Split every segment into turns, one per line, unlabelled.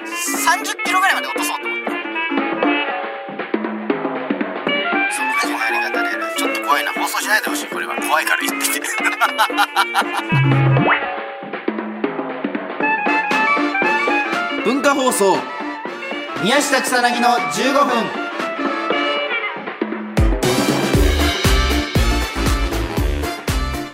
30キロぐらいまで落とそうと思ってそんな感じのやり方でちょっと怖いな放送しないでほしいこれは怖いから言ってて
文化放送
宮下草薙の15分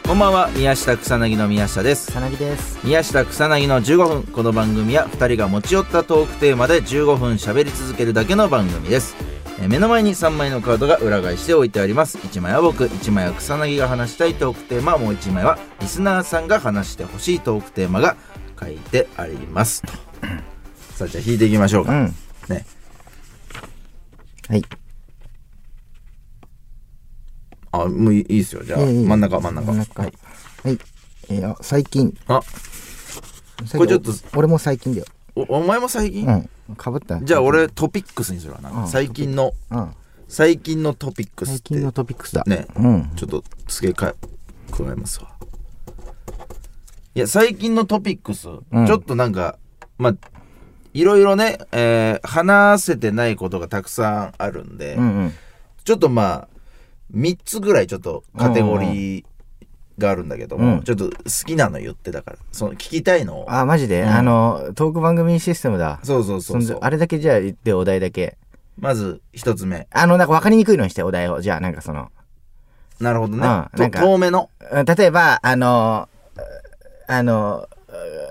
こんばんは宮下草薙の宮下です
草薙です
宮下草薙の15分この番組は2人が持ち寄ったトークテーマで15分喋り続けるだけの番組ですえー目の前に3枚のカードが裏返して置いてあります1枚は僕1枚は草薙が話したいトークテーマもう1枚はリスナーさんが話してほしいトークテーマが書いてあり ますとさあじゃあ引いていきましょうか、
ん
ね
はい
あもういいいいですよじゃあ真ん中真ん中
真ん中
は
はいい、えーあ最近
あこれちょっと
俺も最近だよ
おお前も最近、
うんかぶった
じゃあ
俺
俺トピックスにするわなんか、
うん
最近の
うん
最近のトピックスっ
最
て
近のトピックスだ
ね
うん
ちょっと付け替え加えますわいや最近のトピックス、
ん
ちょっとなんかまあいろいろね、えー話せてないことがたくさんあるんで、
うんうん
ちょっとまあ3つぐらいちょっとカテゴリーがあるんだけども、
うん
ちょっと好きなの言ってだからその聞きたいのを
あマジで、
ん
あのトーク番組システムだ
そうそうそうそ
ん
う
であれだけじゃあ言ってお題だけ
まず1つ目
あのなんか分かりにくいのにしてお題をじゃあなんかその
なるほどね、
うんな
と
んか
遠目の
うん例えばあのあの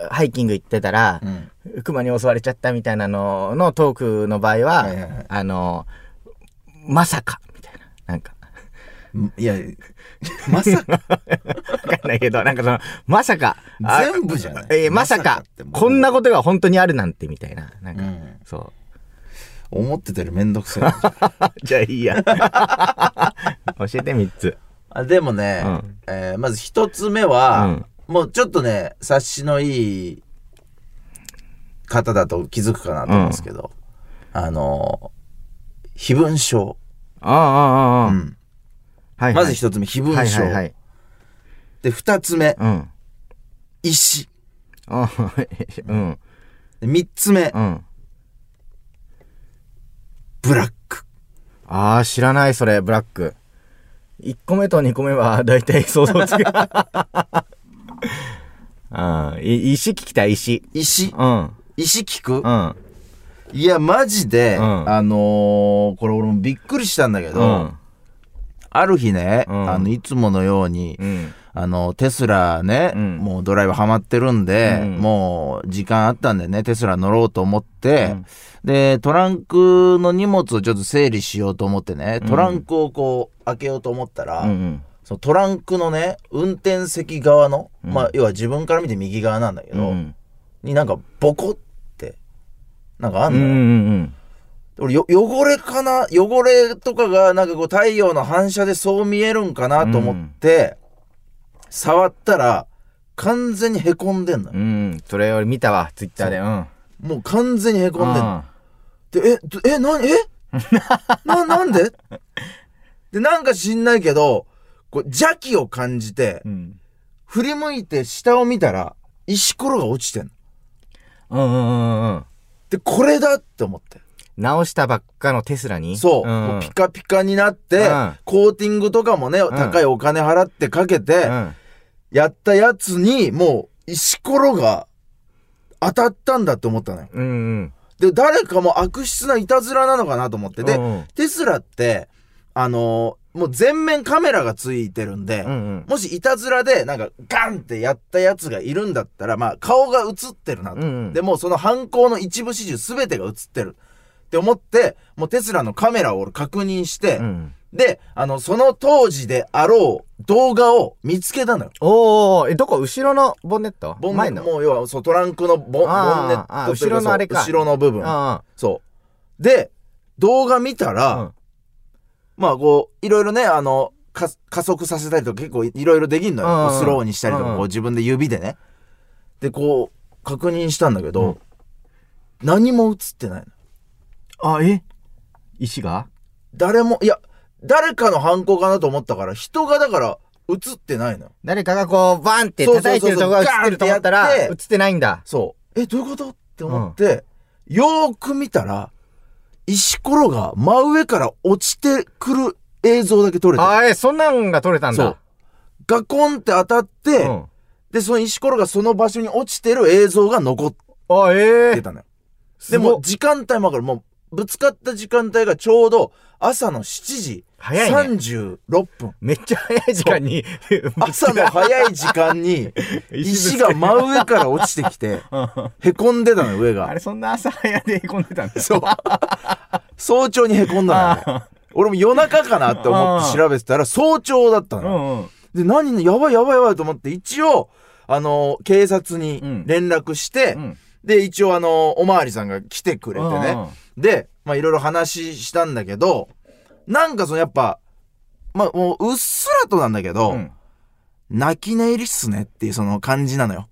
ハイキング行ってたら、
ん
熊に襲われちゃったみたいなののトークの場合は、
はいはいはい
あのまさかみたいななんか
んい やまさか
分かんないけどなんかそのまさかあ
全部じゃ ない
えーまさか
ってもう
こんなことが本当にあるなんてみたいななんか、
うん
そう
思ってたよりめんどくさい。
じゃあいいや教えて3つ
あでもね、
うん
えーまず一つ目は、もうちょっとね、察しのいい方だと気づくかなと思うんですけど、あのー、非文章。
ああああああ、
うん
はいは
ま
い
ず一つ目、非文章。
はいはいはい
で、二つ目、
うん
石。
あうん
で三つ目、
うん
ブラック。
ああ、知らない、それ、ブラック。1個目と2個目は、だいたい想像つく。 うん。い石聞きたい、石。
石、
うん。うん。
石聞く、
うん。
いや、マジで、
うん
あのーこれ俺もびっくりしたんだけど、
うん。
ある日ね、
うん
あの、いつものように、
うん。
あの、テスラね、
うん
もうドライブハマってるんで、
うん
もう時間あったんでね、テスラ乗ろうと思って、
うん
で、トランクの荷物をちょっと整理しようと思ってね、トランクをこう開けようと思ったら、
うん。
そのトランクのね、運転席側の、まあ、要は自分から見て右側なんだけ
う
ど、
ん。
になんかボコって、なんかあん
うん。う
のよ、
ん。
俺よ汚れかな汚れとかがなんかこう太陽の反射でそう見えるんかなと思って、触ったら完全にへこんでんの
う
よ、
ん。それ、俺見たわ、ツイッターで。うん。
もう完全にへこんでんの
あ
でえどえなえななん ででなんか知んないけどこう邪気を感じて
ーうん。
振り向いて下を見たら石ころが落ちてんの
うんうんうんうん。
でこれだって思って
直したばっかのテスラに
そう、
ん
もうピカピカになって、
うん
コーティングとかもね、高いお金払ってかけて、
うん。
やったやつに、もう、石ころが当たったんだって思ったのよ。
うんうん。
で、誰かも悪質ないたずらなのかなと思って。で、
うん
テスラって、あのーもう全面カメラがついてるんで、
うんうん。
もしいたずらで、なんか、ガンってやったやつがいるんだったら、まあ、顔が映ってるなと。
うんうん
で、もうその犯行の一部始終全てが映ってる。って思って、もうテスラのカメラを俺確認して、
うん。
で、あの、その当時であろう動画を見つけたのよ。
おー、え、どこ後ろのボンネット
ボン
前の
もう要はそうトランクのボンボンネ
あー
ッ
あ
ト
ー
という
後ろの
そう
あれか
後ろの部分
あ
そうで動画見たら、
あ。
まあこういろいろねあのか加速させたりとか結構いろいろできんのよ
うんうん
こうスローにしたりと
うん
か
うん
こう自分で指でねでこう確認したんだけど、何も映ってないの
あ、え石が
誰もいや誰かの犯行かなと思ったから人がだから映ってないのよ
誰かがこう、バンって
そうそう
叩
そう
い
そう
てるとこが映ってると思った
ガーンっ
ら、
てや
映
って
ってないんだ。
そうえどういうことって思って、よーく見たら、石ころが真上から落ちてくる映像だけ撮れてる
あーえ、そんなんが撮れたん
そう
だ。。
ガコンって当たって、
うん。
で、その石ころがその場所に落ちてる映像が残っ
あ、ええ
てたのよ。でも、時間帯もわかる。もう、ぶつかった時間帯がちょうど朝の7時
早いね
36分。
めっちゃ早い時間に、
朝の早い時間に石が真上から落ちてきて、へこんでたのよ、上
あ
が。
れ、そんな朝早でへこんでたんだ。
そう。早朝にへこんだのよ。俺も夜中かなって思って調べてたら、早朝だった
う
のよ。
んうん。
で、何、やばいやばいやばいと思って、一応、あの、警察に
うん
連絡して、
うん
で、一応あの、おまわりさんが来てくれてね。で、まあいろいろ話したんだけど、なんかそのやっぱ、まあもううっすらとなんだけど、
うん。
泣き寝入りっすねっていうその感じなのよ。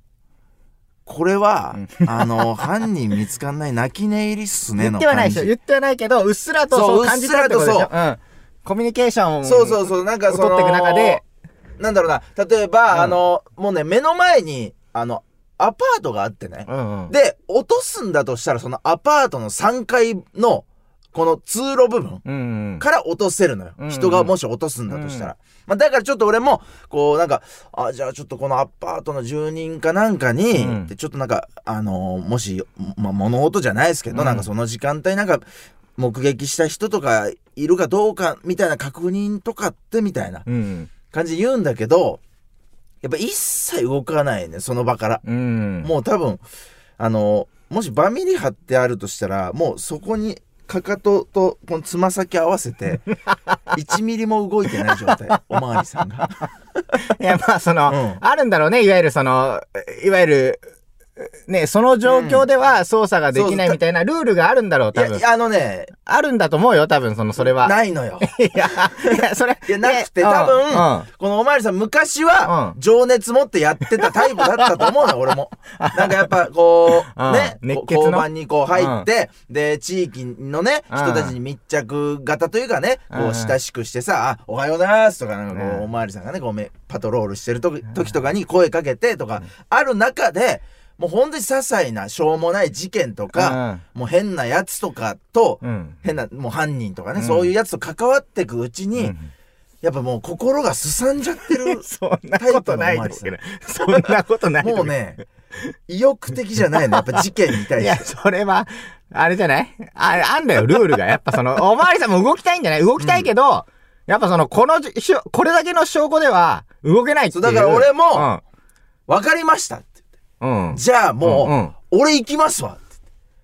これは、あの、犯人見つかんない泣き寝入りっすね
言っ
の
てはな
感
いで
じ
しょ。。言ってはないけど、うっすらと
そう
そう感じたってことでしょ。
うっす
うん。コミュニケーションを
そうそうそう、なんかその、
取っていく中で、
なんだろうな、例えば、
うん
あの、もうね、目の前に、あの、アパートがあってね。
うんうん。
で、落とすんだとしたら、そのアパートの3階の、この通路部分
うんうん。
から落とせるのよ
うん。うん
人がもし落とすんだとしたら。まあ、だからちょっと俺も、こう、なんか、あ、じゃあちょっとこのアパートの住人かなんかに、
うん
でちょっとなんか、あのーもし、まあ、物音じゃないですけど、
うん
なんかその時間帯なんか、目撃した人とかいるかどうかみたいな確認とかってみたいな
うん
感じで言うんだけど、やっぱ一切動かないね、その場から。
うん。
もう多分、あの、もしバミリ貼ってあるとしたら、もうそこに、かかとと、このつま先合わせ て、1ミリも動いてない状態。おまわりさんが。
いや、まあ、その、
うん
あるんだろうね。いわゆる、その、いわゆる、ね、その状況では操作ができないみたいなルールがあるんだろう、
い
多
や、
分
い。やあのね、
あるんだと思うよ、多分、その、それは。
ないのよ。
いや、いや、それ。
いや、なくて、
ね
多
うんうん
分、このおまわりさん、昔は
う、ん
情熱持ってやってたタイプだったと思う の、俺も。なんかやっぱ、こ
う
う、
ん
ね、
熱
こう
血の
交番にこう入って、で、地域のね、
うん
人たちに密着型というかね、
う
こ
ん
う、親しくしてさ、あ、おはようございますとか、なんかこ
う
う、
ん
おまわりさんがね、こうめ、パトロールしてる時時とかに声かけてとか、ある中で、もう本当に些細な、しょうもない事件とか、もう変なやつとかと、
うん。
変な、もう犯人とかね、
うん
そういうやつと関わってくうちに、
うん。
やっぱもう心がすさんじゃってる
そんなことないですけど。そんなことないと思
もう。ね、意欲的じゃないの。やっぱ事件に対
いや、
して。
それは、あれじゃないあれ、あんだよ、ルールが。やっぱ その、おまわりさんも動きたいんじゃない動きたいけど、やっぱその、このじ、しょこれだけの証拠では、動けないっていう。
そうだから俺も、わかりましたって言って。
うん。うん。
じゃあもう、俺行きますわって言って。
うん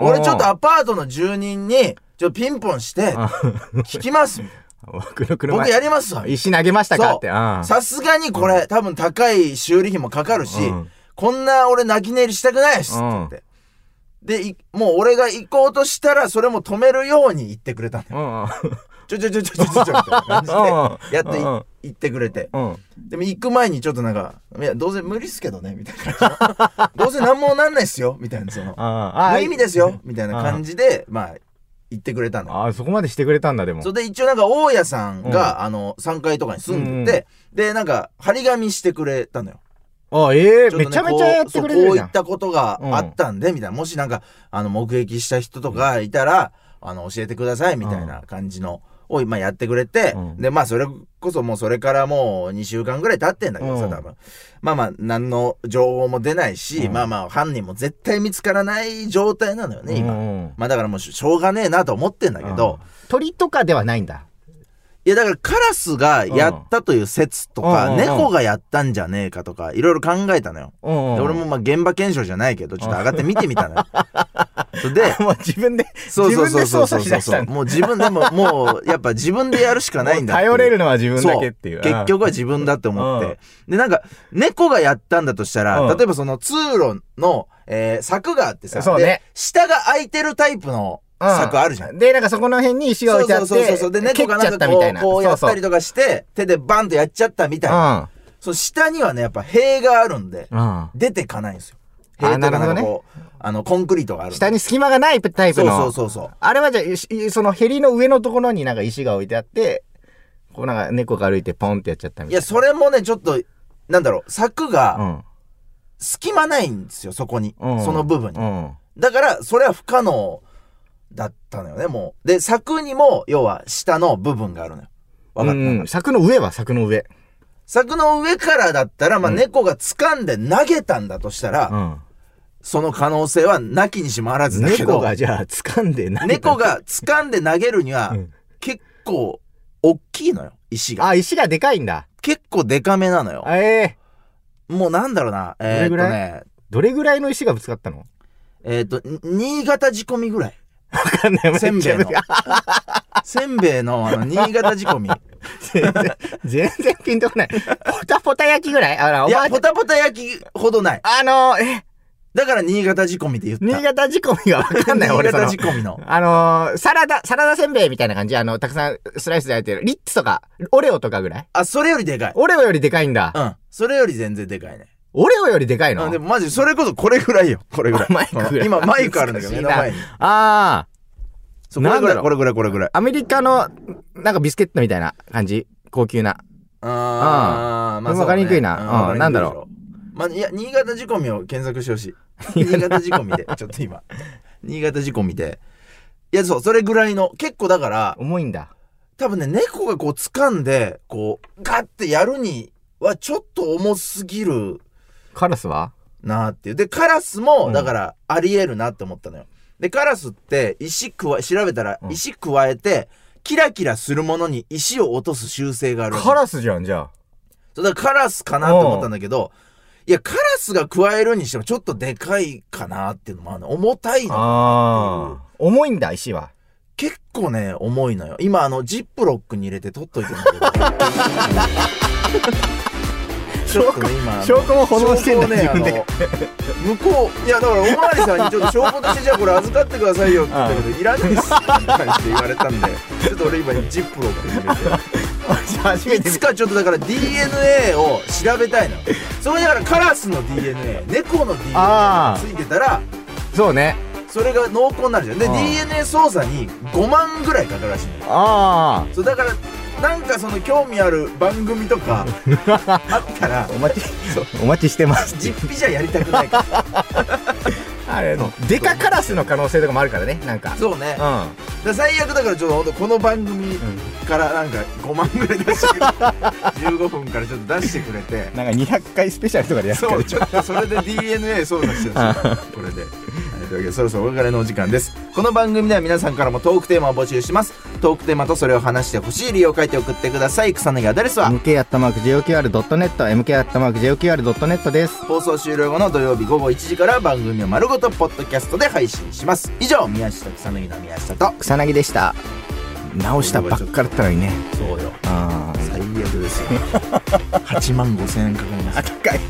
俺ちょっとアパートの住人に、ちょっとピンポンして、聞きますみたい
僕の
な。
車
僕、やりますわ。
石投げましたかって。うん。
さすがにこれ、多分高い修理費もかかるし、
うん
こんな俺泣き寝入りしたくないですって言って。で、いもう俺が行こうとしたら、それも止めるように言ってくれたのよ
うん。うん
ちょちょちょちょちょちょみたいな感じで、やっとい
うん
行ってくれて。
うん。
でも行く前にちょっとなんか、いや、どうせ無理っすけどね、みたいな感じの。どう せ何もなんないっすよ、みたいな、その。
あ
無意味ですよ、みたいな感じで、まあ、言ってくれたの。
ああ、そこまでしてくれたんだ、でも。
それで一応なんか、大家さんが、あの、3階とかに住んでて、で、なんか、張り紙してくれたのよ。
あええ
ょっとね
めちゃめちゃやって
こうそうこ
くれてる
う
じ
い
ゃ
っ
ん。
たことがあったんで、みたいな。もしなんか、あの、目撃した人とかいたら、あの、教えてください、みたいな感じの、を、まあ、やってくれて、
うん
で、まあ、それこそもうそれからもう2週間ぐらい経ってんだけどさ、
うん
多分。まあまあ、何の情報も出ないし、
うん
まあまあ、犯人も絶対見つからない状態なのよね、今。
うんうん
まあ、だからもうし、しょうがねえなと思ってんだけど、
鳥とかではないんだ。
いやだからカラスがやったという説とか、
うんうんうんうん
猫がやったんじゃねえかとかいろいろ考えたのよ。
うんうん
で俺もまあ現場検証じゃないけどちょっと上がって見てみたのよ。それで
もう自分で、
そうそうそうそうそう
自分で操作しだしたんだ。
もう自分でももうやっぱ自分でやるしかないんだっていう
頼れるのは自分だけっていう。
そう結局は自分だって思って、でなんか猫がやったんだとしたら、
うん
例えばその通路の、えー柵があってさ、
そうね
で下が空いてるタイプの
うん、
柵あるじゃん
う。で、なんかそこの辺に石が
そう
置いてあっ
そ
て、
うそうそうそうで
蹴
猫
っち
がな
ゃっ
んか
た
こ
みたいうな。
こうやったり
と
とかして手でバンとやっちゃったみたいな、
か。
その下にはねやっぱ塀があるんで
うん。うん。
出てかないんですよ
あ
塀とか
なるほ
な
ど
んか
ね
こうあのコンクリートがあるんで
下に隙間がないタイプ
そう
の。
そうそうそう
あれはじゃあし、そのヘリの上のところになんか石が置いてあって、こうなんか猫が歩いてポンってやっちゃったみ
い
たい
や
な。
それもねちょっとなんだろう柵が
うん。
隙間ないんですよそこに、
うん
その部分に、
うん。
だから、それは不可能だったのよね、もう。で、柵にも、要は下の部分があるのよ。わかった、
うん、柵の上は柵の上。
柵の上からだったら、まあ、
うん
猫が掴んで投げたんだとしたら、
うん。
その可能性はなきにしもあらずだけど、
猫がじゃあ掴んで投げた
猫、が掴んで投げるには、
うん
結構、大きいのよ、石が。
あ、石がでかいんだ。
結構デカめなのよ。
ええ
もうなんだろうな、えー、っ
れ
と
ぐらい
ね、
どれぐらいの石がぶつかったの
えー、っと、に新潟仕込み ぐらい。
わかんない。
せんべいの
めっちゃ
せんべいの、あの、新潟仕 込み。
全然、全然ピンとこない。ポタポタ焼きぐらいあら、お
い
ばあ
や、
ちゃ
ポ
ん。
タポタ焼きほどない。
あのー、え、
だから新潟仕込みって言った。
新潟仕込みがわかんない、
新
俺そ
潟
の
仕。込みの。
あのー、サラダ、サラダせんべいみたいな感じあの、たくさんスライスで焼いてる。リッツとか、オレオとかぐらい
あ、それよりでかい。
オレオよりでかいんだ。
うん。それより全然でかいね。
オレオよりでかいの
うん、でもマジ、それこそこれぐらいよ。これぐらい。
マイクぐらい
今マイクあるんだけど、目の前に。
ああ、
そうこれぐらい、
なんだろう
これぐらい、これぐらい。
アメリカの、なんかビスケットみたいな感じ高級な。
あー、まあ、
わかりにくいなうんなんだろ
う。まあ、いや、新潟仕込みを検索してほしい。新潟仕込みで、 ちょっと今。新潟仕込みで。いや、そう、それぐらいの、結構だから、
重いんだ。
多分ね、猫がこう掴んで、こう、ガッてやるにはちょっと重すぎる
カラスは
なーっていう。で、カラス
う
も、
ん
だから、あり得るなって思ったのよ。で、カラスって、石くわ、調べたら
う、ん
石加えて、キラキラするものに石を落とす習性があるらしい。
カラスじゃん、じゃ
そうだからカラスかなと思ったんだけど、いや、カラスが加えるにしても、ちょっとでかいかなっていうのもあるの。重たい
あ。
の。
ああ。重いんだ、石は。
結構ね、重いのよ。今、あの、ジップロックに入れて取っといてるんだけ ど。ちょっとね、今あの
証拠も保存してんだ
証拠をね、あの向こういやだからおまわりさんにちょっと証拠としてじゃあこれ預かってくださいよって言ったけどいらないっすって感じで言われたんでちょっと俺今ジップロックに入れて
初
いつ。かちょっとだから DNA を調べたいのそれだからカラスの DNA 猫の DNA が
あ
ついてたら
そうね。
それが濃厚になるじゃんで
ああ
DNA 操作に5万ぐらいかかるらしいのよ
あ
そうだからなんかその興味ある番組と かあったら
あ。お待ち、 お待ちしてます。
実費じゃやりたくない から
あれの。デカカラスの可能性とかもあるからね、なんか。
そうねだ
う
か
ん。
ら最悪だからちょっとほんとこの番組からなんか5万ぐらい出して 15分からちょっと出してくれて
なんか200回スペシャルとかでやるか
そ
ら
う、ちょっとそれで DNA 操作してたんですよ。これで。はいというわけで、そろそろお別れのお時間です。この番組では皆さんからもトークテーマを募集します。トークテーマとそれを話してほしい理由を書いて送ってください。草薙アドレ スは、
mk.joqr.net、mk.joqr.net です。
放送終了後の土曜日午後1時から番組を丸ごとポッドキャストで配信します。以上、宮下草薙の宮下と。
草薙でした。直したばっかだったのにね。
そうよ。
ああ。
最悪ですよ。8万5千円かかります。
高い。